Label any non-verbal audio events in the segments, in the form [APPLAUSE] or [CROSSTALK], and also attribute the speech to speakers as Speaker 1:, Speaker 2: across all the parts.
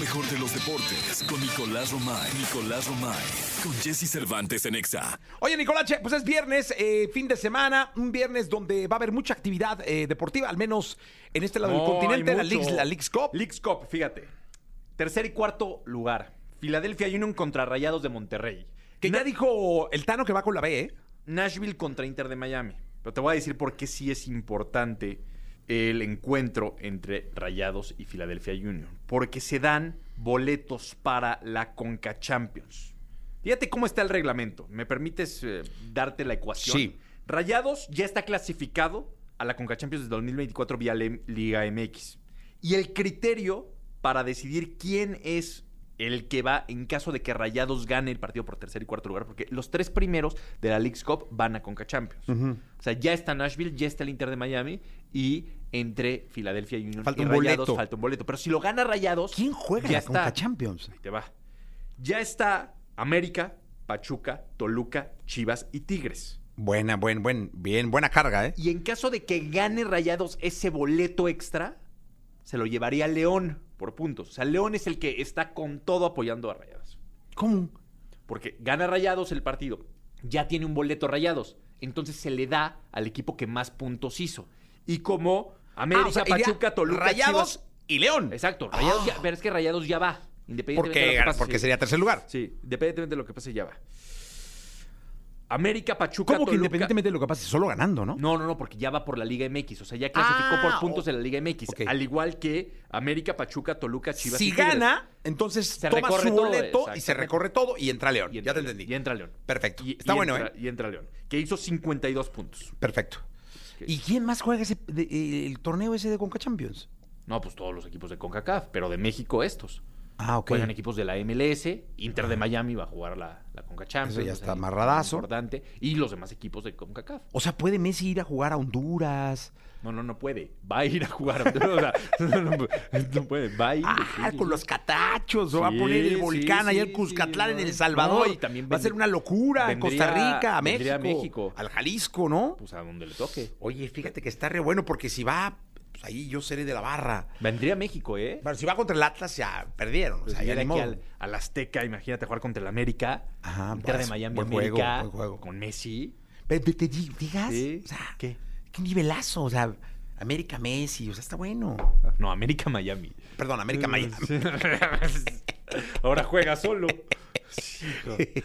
Speaker 1: mejor de los deportes con Nicolás Romay. Nicolás Romay. Con Jesse Cervantes en Exa.
Speaker 2: Oye, Nicolache, pues es viernes, eh, fin de semana, un viernes donde va a haber mucha actividad eh, deportiva, al menos en este lado del
Speaker 3: No,
Speaker 2: continente,
Speaker 3: hay
Speaker 2: la
Speaker 3: mucho.
Speaker 2: Leagues, la Leagues Cup.
Speaker 3: Leagues Cup, fíjate. Tercer y cuarto lugar. Philadelphia Union contra Rayados de Monterrey.
Speaker 2: que
Speaker 3: Na-
Speaker 2: ya dijo el Tano que va con la B, ¿eh?
Speaker 3: Nashville contra Inter de Miami. Pero te voy a decir por qué sí es importante el encuentro entre Rayados y Philadelphia Union. Porque se dan boletos para la Conca Champions. Fíjate cómo está el reglamento. ¿Me permites eh, darte la ecuación?
Speaker 2: Sí.
Speaker 3: Rayados ya está clasificado a la Conca Champions del 2024 vía Lem- Liga MX. Y el criterio para decidir quién es el que va en caso de que Rayados gane el partido por tercer y cuarto lugar, porque los tres primeros de la League's Cup van a Conca Champions. O sea, ya está Nashville, ya está el Inter de Miami y entre Filadelfia y Union
Speaker 4: Falta
Speaker 3: y
Speaker 4: un
Speaker 3: Rayados
Speaker 4: boleto.
Speaker 3: falta un boleto. Pero si lo gana Rayados,
Speaker 4: ¿Quién juega
Speaker 3: ya
Speaker 4: la Conca
Speaker 3: está.
Speaker 4: Champions?
Speaker 3: Ahí te va. Ya está América, Pachuca, Toluca, Chivas y Tigres.
Speaker 4: Buena, buen, buen, bien, buena carga, ¿eh?
Speaker 3: Y en caso de que gane Rayados ese boleto extra, se lo llevaría León por puntos. O sea, León es el que está con todo apoyando a Rayados.
Speaker 4: ¿Cómo?
Speaker 3: Porque gana Rayados el partido, ya tiene un boleto Rayados. Entonces se le da al equipo que más puntos hizo. Y como América,
Speaker 4: Ah, o sea, iría
Speaker 3: Pachuca, Toluca,
Speaker 4: Rayados
Speaker 3: Chivas-
Speaker 4: y León. Ah,
Speaker 3: Exacto, Rayados ya- pero es que Rayados ya va. Independientemente de
Speaker 4: Porque,
Speaker 3: lo que pase,
Speaker 4: porque
Speaker 3: sí.
Speaker 4: sería tercer lugar.
Speaker 3: Sí, independientemente de lo que pase, ya va. América, Pachuca,
Speaker 4: ¿Cómo que
Speaker 3: Toluca-
Speaker 4: independientemente de lo que pase, solo ganando, no?
Speaker 3: No, no, no, porque ya va por la Liga MX. O sea, ya clasificó
Speaker 4: Ah,
Speaker 3: por puntos
Speaker 4: o-
Speaker 3: en la Liga MX.
Speaker 4: ok.
Speaker 3: Al igual que América, Pachuca, Toluca, Chivas. y
Speaker 4: si
Speaker 3: Tigres.
Speaker 4: gana, entonces
Speaker 3: Se
Speaker 4: toma
Speaker 3: recorre
Speaker 4: su
Speaker 3: todo,
Speaker 4: boleto y se
Speaker 3: exactamente.
Speaker 4: recorre todo y entra León.
Speaker 3: Y entra
Speaker 4: ya te
Speaker 3: León,
Speaker 4: entendí.
Speaker 3: Y entra León.
Speaker 4: Perfecto.
Speaker 3: Y-
Speaker 4: Está
Speaker 3: y
Speaker 4: bueno,
Speaker 3: entra-
Speaker 4: ¿eh?
Speaker 3: Y entra León. Que hizo 52 puntos.
Speaker 4: Perfecto.
Speaker 3: Ok.
Speaker 4: ¿Y quién más juega ese, de- eh, el torneo ese de Conca Champions?
Speaker 3: No, pues todos los equipos de CONCACAF, pero de México estos.
Speaker 4: Ah, ok.
Speaker 3: Juegan equipos de la MLS, Inter de Miami va a jugar la, la Conca Champions.
Speaker 4: ya
Speaker 3: o sea,
Speaker 4: está amarradazo.
Speaker 3: Importante. Y los demás equipos de CONCACAF.
Speaker 4: O sea, ¿puede Messi ir a jugar a Honduras?
Speaker 3: No, no, no puede. Va a ir a jugar. [LAUGHS] O sea, no, no, no, no puede. Va a ir.
Speaker 4: Ah,
Speaker 3: sí,
Speaker 4: con
Speaker 3: sí,
Speaker 4: los
Speaker 3: sí.
Speaker 4: catachos. o va a
Speaker 3: Sí,
Speaker 4: poner el
Speaker 3: sí,
Speaker 4: volcán allá
Speaker 3: sí,
Speaker 4: en Cuscatlán,
Speaker 3: sí,
Speaker 4: en El
Speaker 3: no.
Speaker 4: Salvador.
Speaker 3: No, y también
Speaker 4: va a ser
Speaker 3: vendría-
Speaker 4: una locura. en Costa
Speaker 3: vendría-
Speaker 4: Rica, a México,
Speaker 3: vendría a México.
Speaker 4: Al Jalisco, ¿no?
Speaker 3: Pues a donde le toque.
Speaker 4: Oye, fíjate que está re bueno porque si va, pues ahí yo seré de la barra.
Speaker 3: Vendría a México, ¿eh?
Speaker 4: Pero si va contra el Atlas, ya perdieron. O
Speaker 3: Pues
Speaker 4: sea, ya
Speaker 3: viene
Speaker 4: ni
Speaker 3: aquí
Speaker 4: modo.
Speaker 3: al, al Azteca, imagínate jugar contra el América.
Speaker 4: Ajá,
Speaker 3: Inter de
Speaker 4: pues,
Speaker 3: Miami,
Speaker 4: buen juego,
Speaker 3: América.
Speaker 4: buen juego.
Speaker 3: Con Messi.
Speaker 4: Pero te, te di- digas,
Speaker 3: Sí.
Speaker 4: o sea,
Speaker 3: ¿Qué?
Speaker 4: qué nivelazo. O sea, América Messi, o sea, está bueno.
Speaker 3: No, América, Miami.
Speaker 4: Perdón, América Miami.
Speaker 3: [LAUGHS] Ahora
Speaker 4: [LAUGHS]
Speaker 3: juega solo. Sí,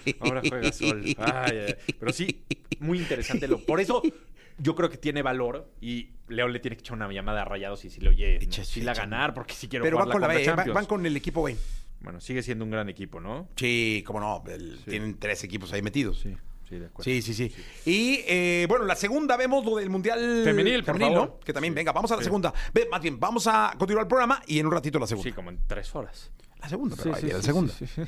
Speaker 3: hijo. Ahora juega solo. Ay, ay, ay. Pero sí, muy interesante. Lo. Por eso yo creo que tiene valor y Leo le tiene que echar una llamada a Rayados y si le oye,
Speaker 4: Echa,
Speaker 3: si la
Speaker 4: echa.
Speaker 3: ganar porque si quiero
Speaker 4: Pero
Speaker 3: jugar
Speaker 4: van con la B,
Speaker 3: Conca
Speaker 4: eh, va-
Speaker 3: Champions.
Speaker 4: van con el equipo B.
Speaker 3: Bueno, sigue siendo un gran equipo, ¿no?
Speaker 4: Sí, cómo no. el- Tienen tres equipos ahí metidos.
Speaker 3: Sí, pues, sí, de acuerdo.
Speaker 4: Sí, sí, sí. Y eh, bueno, la segunda vemos lo del Mundial
Speaker 3: Femenil, por favor.
Speaker 4: ¿no? Que también,
Speaker 3: Sí.
Speaker 4: venga, vamos a la
Speaker 3: Sí.
Speaker 4: segunda. Ve, más bien, vamos a continuar el programa y en un ratito la segunda.
Speaker 3: Sí, como en tres horas.
Speaker 4: La segunda, pero ahí
Speaker 3: Sí, sí,
Speaker 4: viene la
Speaker 3: sí,
Speaker 4: segunda.
Speaker 3: sí, sí.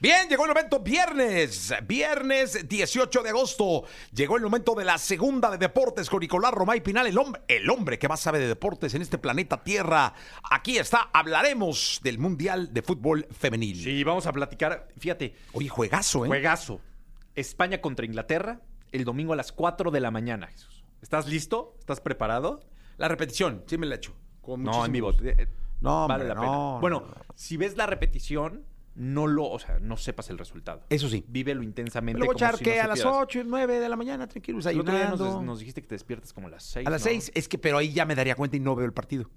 Speaker 4: Bien, llegó el momento viernes, viernes 18 de agosto. Llegó el momento de la segunda de deportes con Nicolás Romay Pinal, el hombre, el hombre que más sabe de deportes en este planeta Tierra. Aquí está, hablaremos del Mundial de Fútbol Femenil.
Speaker 3: Sí, vamos a platicar. Fíjate,
Speaker 4: Oye, juegazo, ¿eh?
Speaker 3: juegazo. España contra Inglaterra el domingo a las 4 de la mañana, Jesús. ¿Estás listo? ¿Estás preparado?
Speaker 4: La repetición, sí me la echo. Con
Speaker 3: No, en
Speaker 4: muchísimo
Speaker 3: vivo.
Speaker 4: gusto.
Speaker 3: Eh, eh,
Speaker 4: No,
Speaker 3: vale
Speaker 4: hombre,
Speaker 3: la pena.
Speaker 4: no,
Speaker 3: bueno,
Speaker 4: no, no.
Speaker 3: si ves la repetición, no lo, o sea, no sepas el resultado.
Speaker 4: Eso sí.
Speaker 3: Vívelo intensamente.
Speaker 4: Luego
Speaker 3: como
Speaker 4: echar
Speaker 3: si no
Speaker 4: que a las
Speaker 3: supieras.
Speaker 4: 8 y 9 de la mañana, tranquilo,
Speaker 3: El otro día nos,
Speaker 4: desayunando.
Speaker 3: nos dijiste que te despiertas como a las 6.
Speaker 4: a las 6, es que, pero ahí ya me daría cuenta y no veo el partido.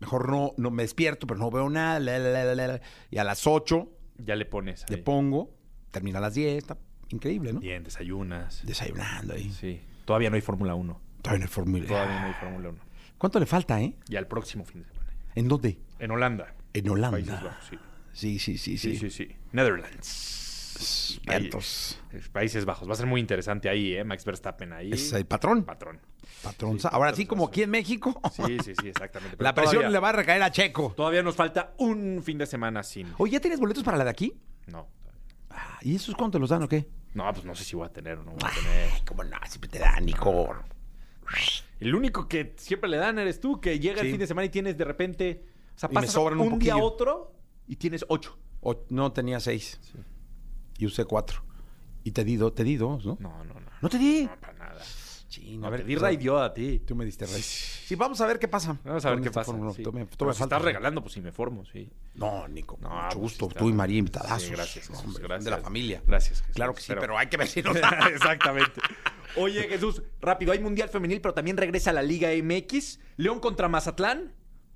Speaker 4: Mejor no, no me despierto, pero no veo nada. la, la, la, la, la. Y a las 8
Speaker 3: Ya le pones.
Speaker 4: le
Speaker 3: ahí.
Speaker 4: pongo, termina a las 10, está increíble, ¿no?
Speaker 3: Bien, desayunas.
Speaker 4: Desayunando ahí.
Speaker 3: Sí. Todavía no hay Fórmula 1.
Speaker 4: Todavía en el Fórmula.
Speaker 3: Todavía no hay Fórmula 1.
Speaker 4: ¿Cuánto le falta, eh?
Speaker 3: Y al próximo fin de semana.
Speaker 4: ¿En dónde?
Speaker 3: En Holanda.
Speaker 4: En
Speaker 3: Países
Speaker 4: Holanda.
Speaker 3: Bajos, sí.
Speaker 4: Sí, sí, sí,
Speaker 3: Sí,
Speaker 4: sí.
Speaker 3: sí, sí. Netherlands.
Speaker 4: Vientos.
Speaker 3: Es Países Bajos. Va a ser muy interesante ahí, ¿eh? Max Verstappen ahí.
Speaker 4: Es el patrón.
Speaker 3: Patrón.
Speaker 4: Patrón.
Speaker 3: Sí,
Speaker 4: Ahora sí,
Speaker 3: patrón.
Speaker 4: como aquí en México,
Speaker 3: Sí, sí, sí, exactamente.
Speaker 4: [LAUGHS]
Speaker 3: Pero
Speaker 4: la presión
Speaker 3: todavía-
Speaker 4: le va a recaer a Checo.
Speaker 3: Todavía nos falta un fin de semana sin.
Speaker 4: Oye, ¿ya tienes boletos para la de aquí?
Speaker 3: No.
Speaker 4: Ah, ¿Y esos cuánto los dan o qué?
Speaker 3: No, pues no sé si voy a tener o no voy a tener.
Speaker 4: Ay, cómo no, siempre te dan, Nico.
Speaker 3: El único que siempre le dan eres tú, que llega el
Speaker 4: Sí.
Speaker 3: fin de semana y tienes de repente. O sea,
Speaker 4: Y me
Speaker 3: pasas
Speaker 4: sobran un
Speaker 3: un, día a
Speaker 4: poquillo.
Speaker 3: otro y tienes ocho.
Speaker 4: O- no, tenía seis. Y usé cuatro. Y te di, do- te di dos, ¿no?
Speaker 3: No, no, no.
Speaker 4: ¿No te di?
Speaker 3: No, para nada.
Speaker 4: Sí,
Speaker 3: No, te di radio a ti.
Speaker 4: Tú me diste raíz. [LAUGHS] Sí, vamos a ver qué pasa.
Speaker 3: Vamos a ver
Speaker 4: con
Speaker 3: qué
Speaker 4: esta
Speaker 3: pasa.
Speaker 4: Fórmula uno.
Speaker 3: sí.
Speaker 4: Tú me- tú
Speaker 3: Pero
Speaker 4: me
Speaker 3: si
Speaker 4: faltas.
Speaker 3: estás regalando, pues sí me formo, sí.
Speaker 4: No, Nico,
Speaker 3: No,
Speaker 4: con mucho
Speaker 3: pues,
Speaker 4: gusto.
Speaker 3: está-
Speaker 4: Tú y María invitadas.
Speaker 3: Sí, gracias, Jesús, gracias.
Speaker 4: De la familia.
Speaker 3: Gracias, Jesús,
Speaker 4: Claro que sí,
Speaker 3: pero-
Speaker 4: pero, hay que
Speaker 3: [LAUGHS]
Speaker 4: decirnos.
Speaker 3: Exactamente. Oye, Jesús, rápido, hay Mundial Femenil, pero también regresa la Liga MX. León contra Mazatlán,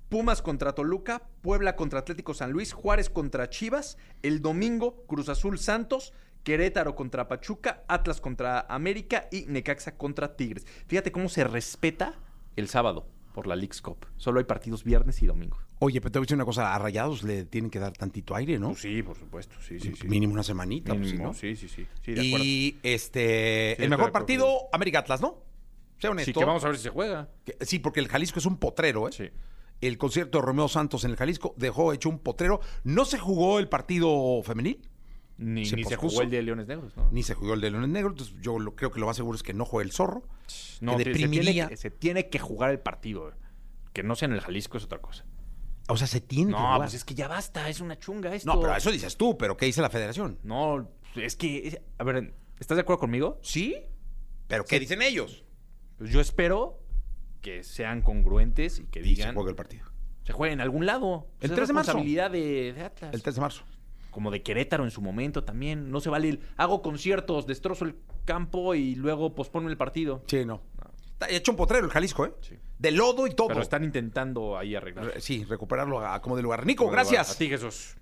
Speaker 3: Pumas contra Toluca, Puebla contra Atlético San Luis, Juárez contra Chivas, el domingo Cruz Azul Santos, Querétaro contra Pachuca, Atlas contra América y Necaxa contra Tigres. Fíjate cómo se respeta el sábado por la League's Cup. Solo hay partidos viernes y domingo.
Speaker 4: Oye, pero te voy a decir una cosa. A Rayados le tienen que dar tantito aire, ¿no?
Speaker 3: sí, por supuesto, sí,
Speaker 4: Mínimo una semanita. pues,
Speaker 3: Mínimo,
Speaker 4: ¿no?
Speaker 3: sí, sí, sí. Sí, de acuerdo.
Speaker 4: Y este,
Speaker 3: Sí, estoy
Speaker 4: el
Speaker 3: de
Speaker 4: mejor
Speaker 3: acuerdo.
Speaker 4: partido, América Atlas, ¿no? Sea honesto.
Speaker 3: Sí, que vamos a ver si se juega.
Speaker 4: Que- Sí, porque el Jalisco es un potrero, ¿eh?
Speaker 3: Sí.
Speaker 4: El concierto de Romeo Santos en el Jalisco dejó hecho un potrero. No se jugó el partido femenil,
Speaker 3: Ni
Speaker 4: ¿Se
Speaker 3: ni se
Speaker 4: pospuso?
Speaker 3: jugó el de Leones Negros, ¿no?
Speaker 4: ni se jugó el de Leones Negro. Entonces, yo lo- creo que lo más seguro es que no juegue el zorro.
Speaker 3: No,
Speaker 4: que
Speaker 3: te- se, tiene,
Speaker 4: deprimiría.
Speaker 3: que- se tiene que jugar el partido. eh. Que no sea en el Jalisco es otra cosa.
Speaker 4: O sea, se tiene que
Speaker 3: No,
Speaker 4: jugar.
Speaker 3: pues es que ya basta, es una chunga esto.
Speaker 4: No, pero eso dices tú, pero ¿qué dice la federación?
Speaker 3: No, es que. es- A ver, ¿estás de acuerdo conmigo?
Speaker 4: ¿Sí? ¿Pero qué dicen ellos?
Speaker 3: Pues yo espero que sean congruentes y que
Speaker 4: Y se
Speaker 3: digan.
Speaker 4: juega el partido.
Speaker 3: Se juegue en algún lado.
Speaker 4: El
Speaker 3: Esa
Speaker 4: 3 de marzo.
Speaker 3: responsabilidad de, de Atlas.
Speaker 4: El 3 de marzo.
Speaker 3: Como de Querétaro en su momento también. No se vale el. Hago conciertos, destrozo el campo y luego pospongo el partido.
Speaker 4: Sí, no. Está hecho un potrero el Jalisco, ¿eh?
Speaker 3: Sí.
Speaker 4: De lodo y todo.
Speaker 3: Pero están intentando ahí arreglar.
Speaker 4: Re- Sí, recuperarlo a, a como de lugar. Nico,
Speaker 3: Como de lugar.
Speaker 4: gracias.
Speaker 3: A ti, Jesús.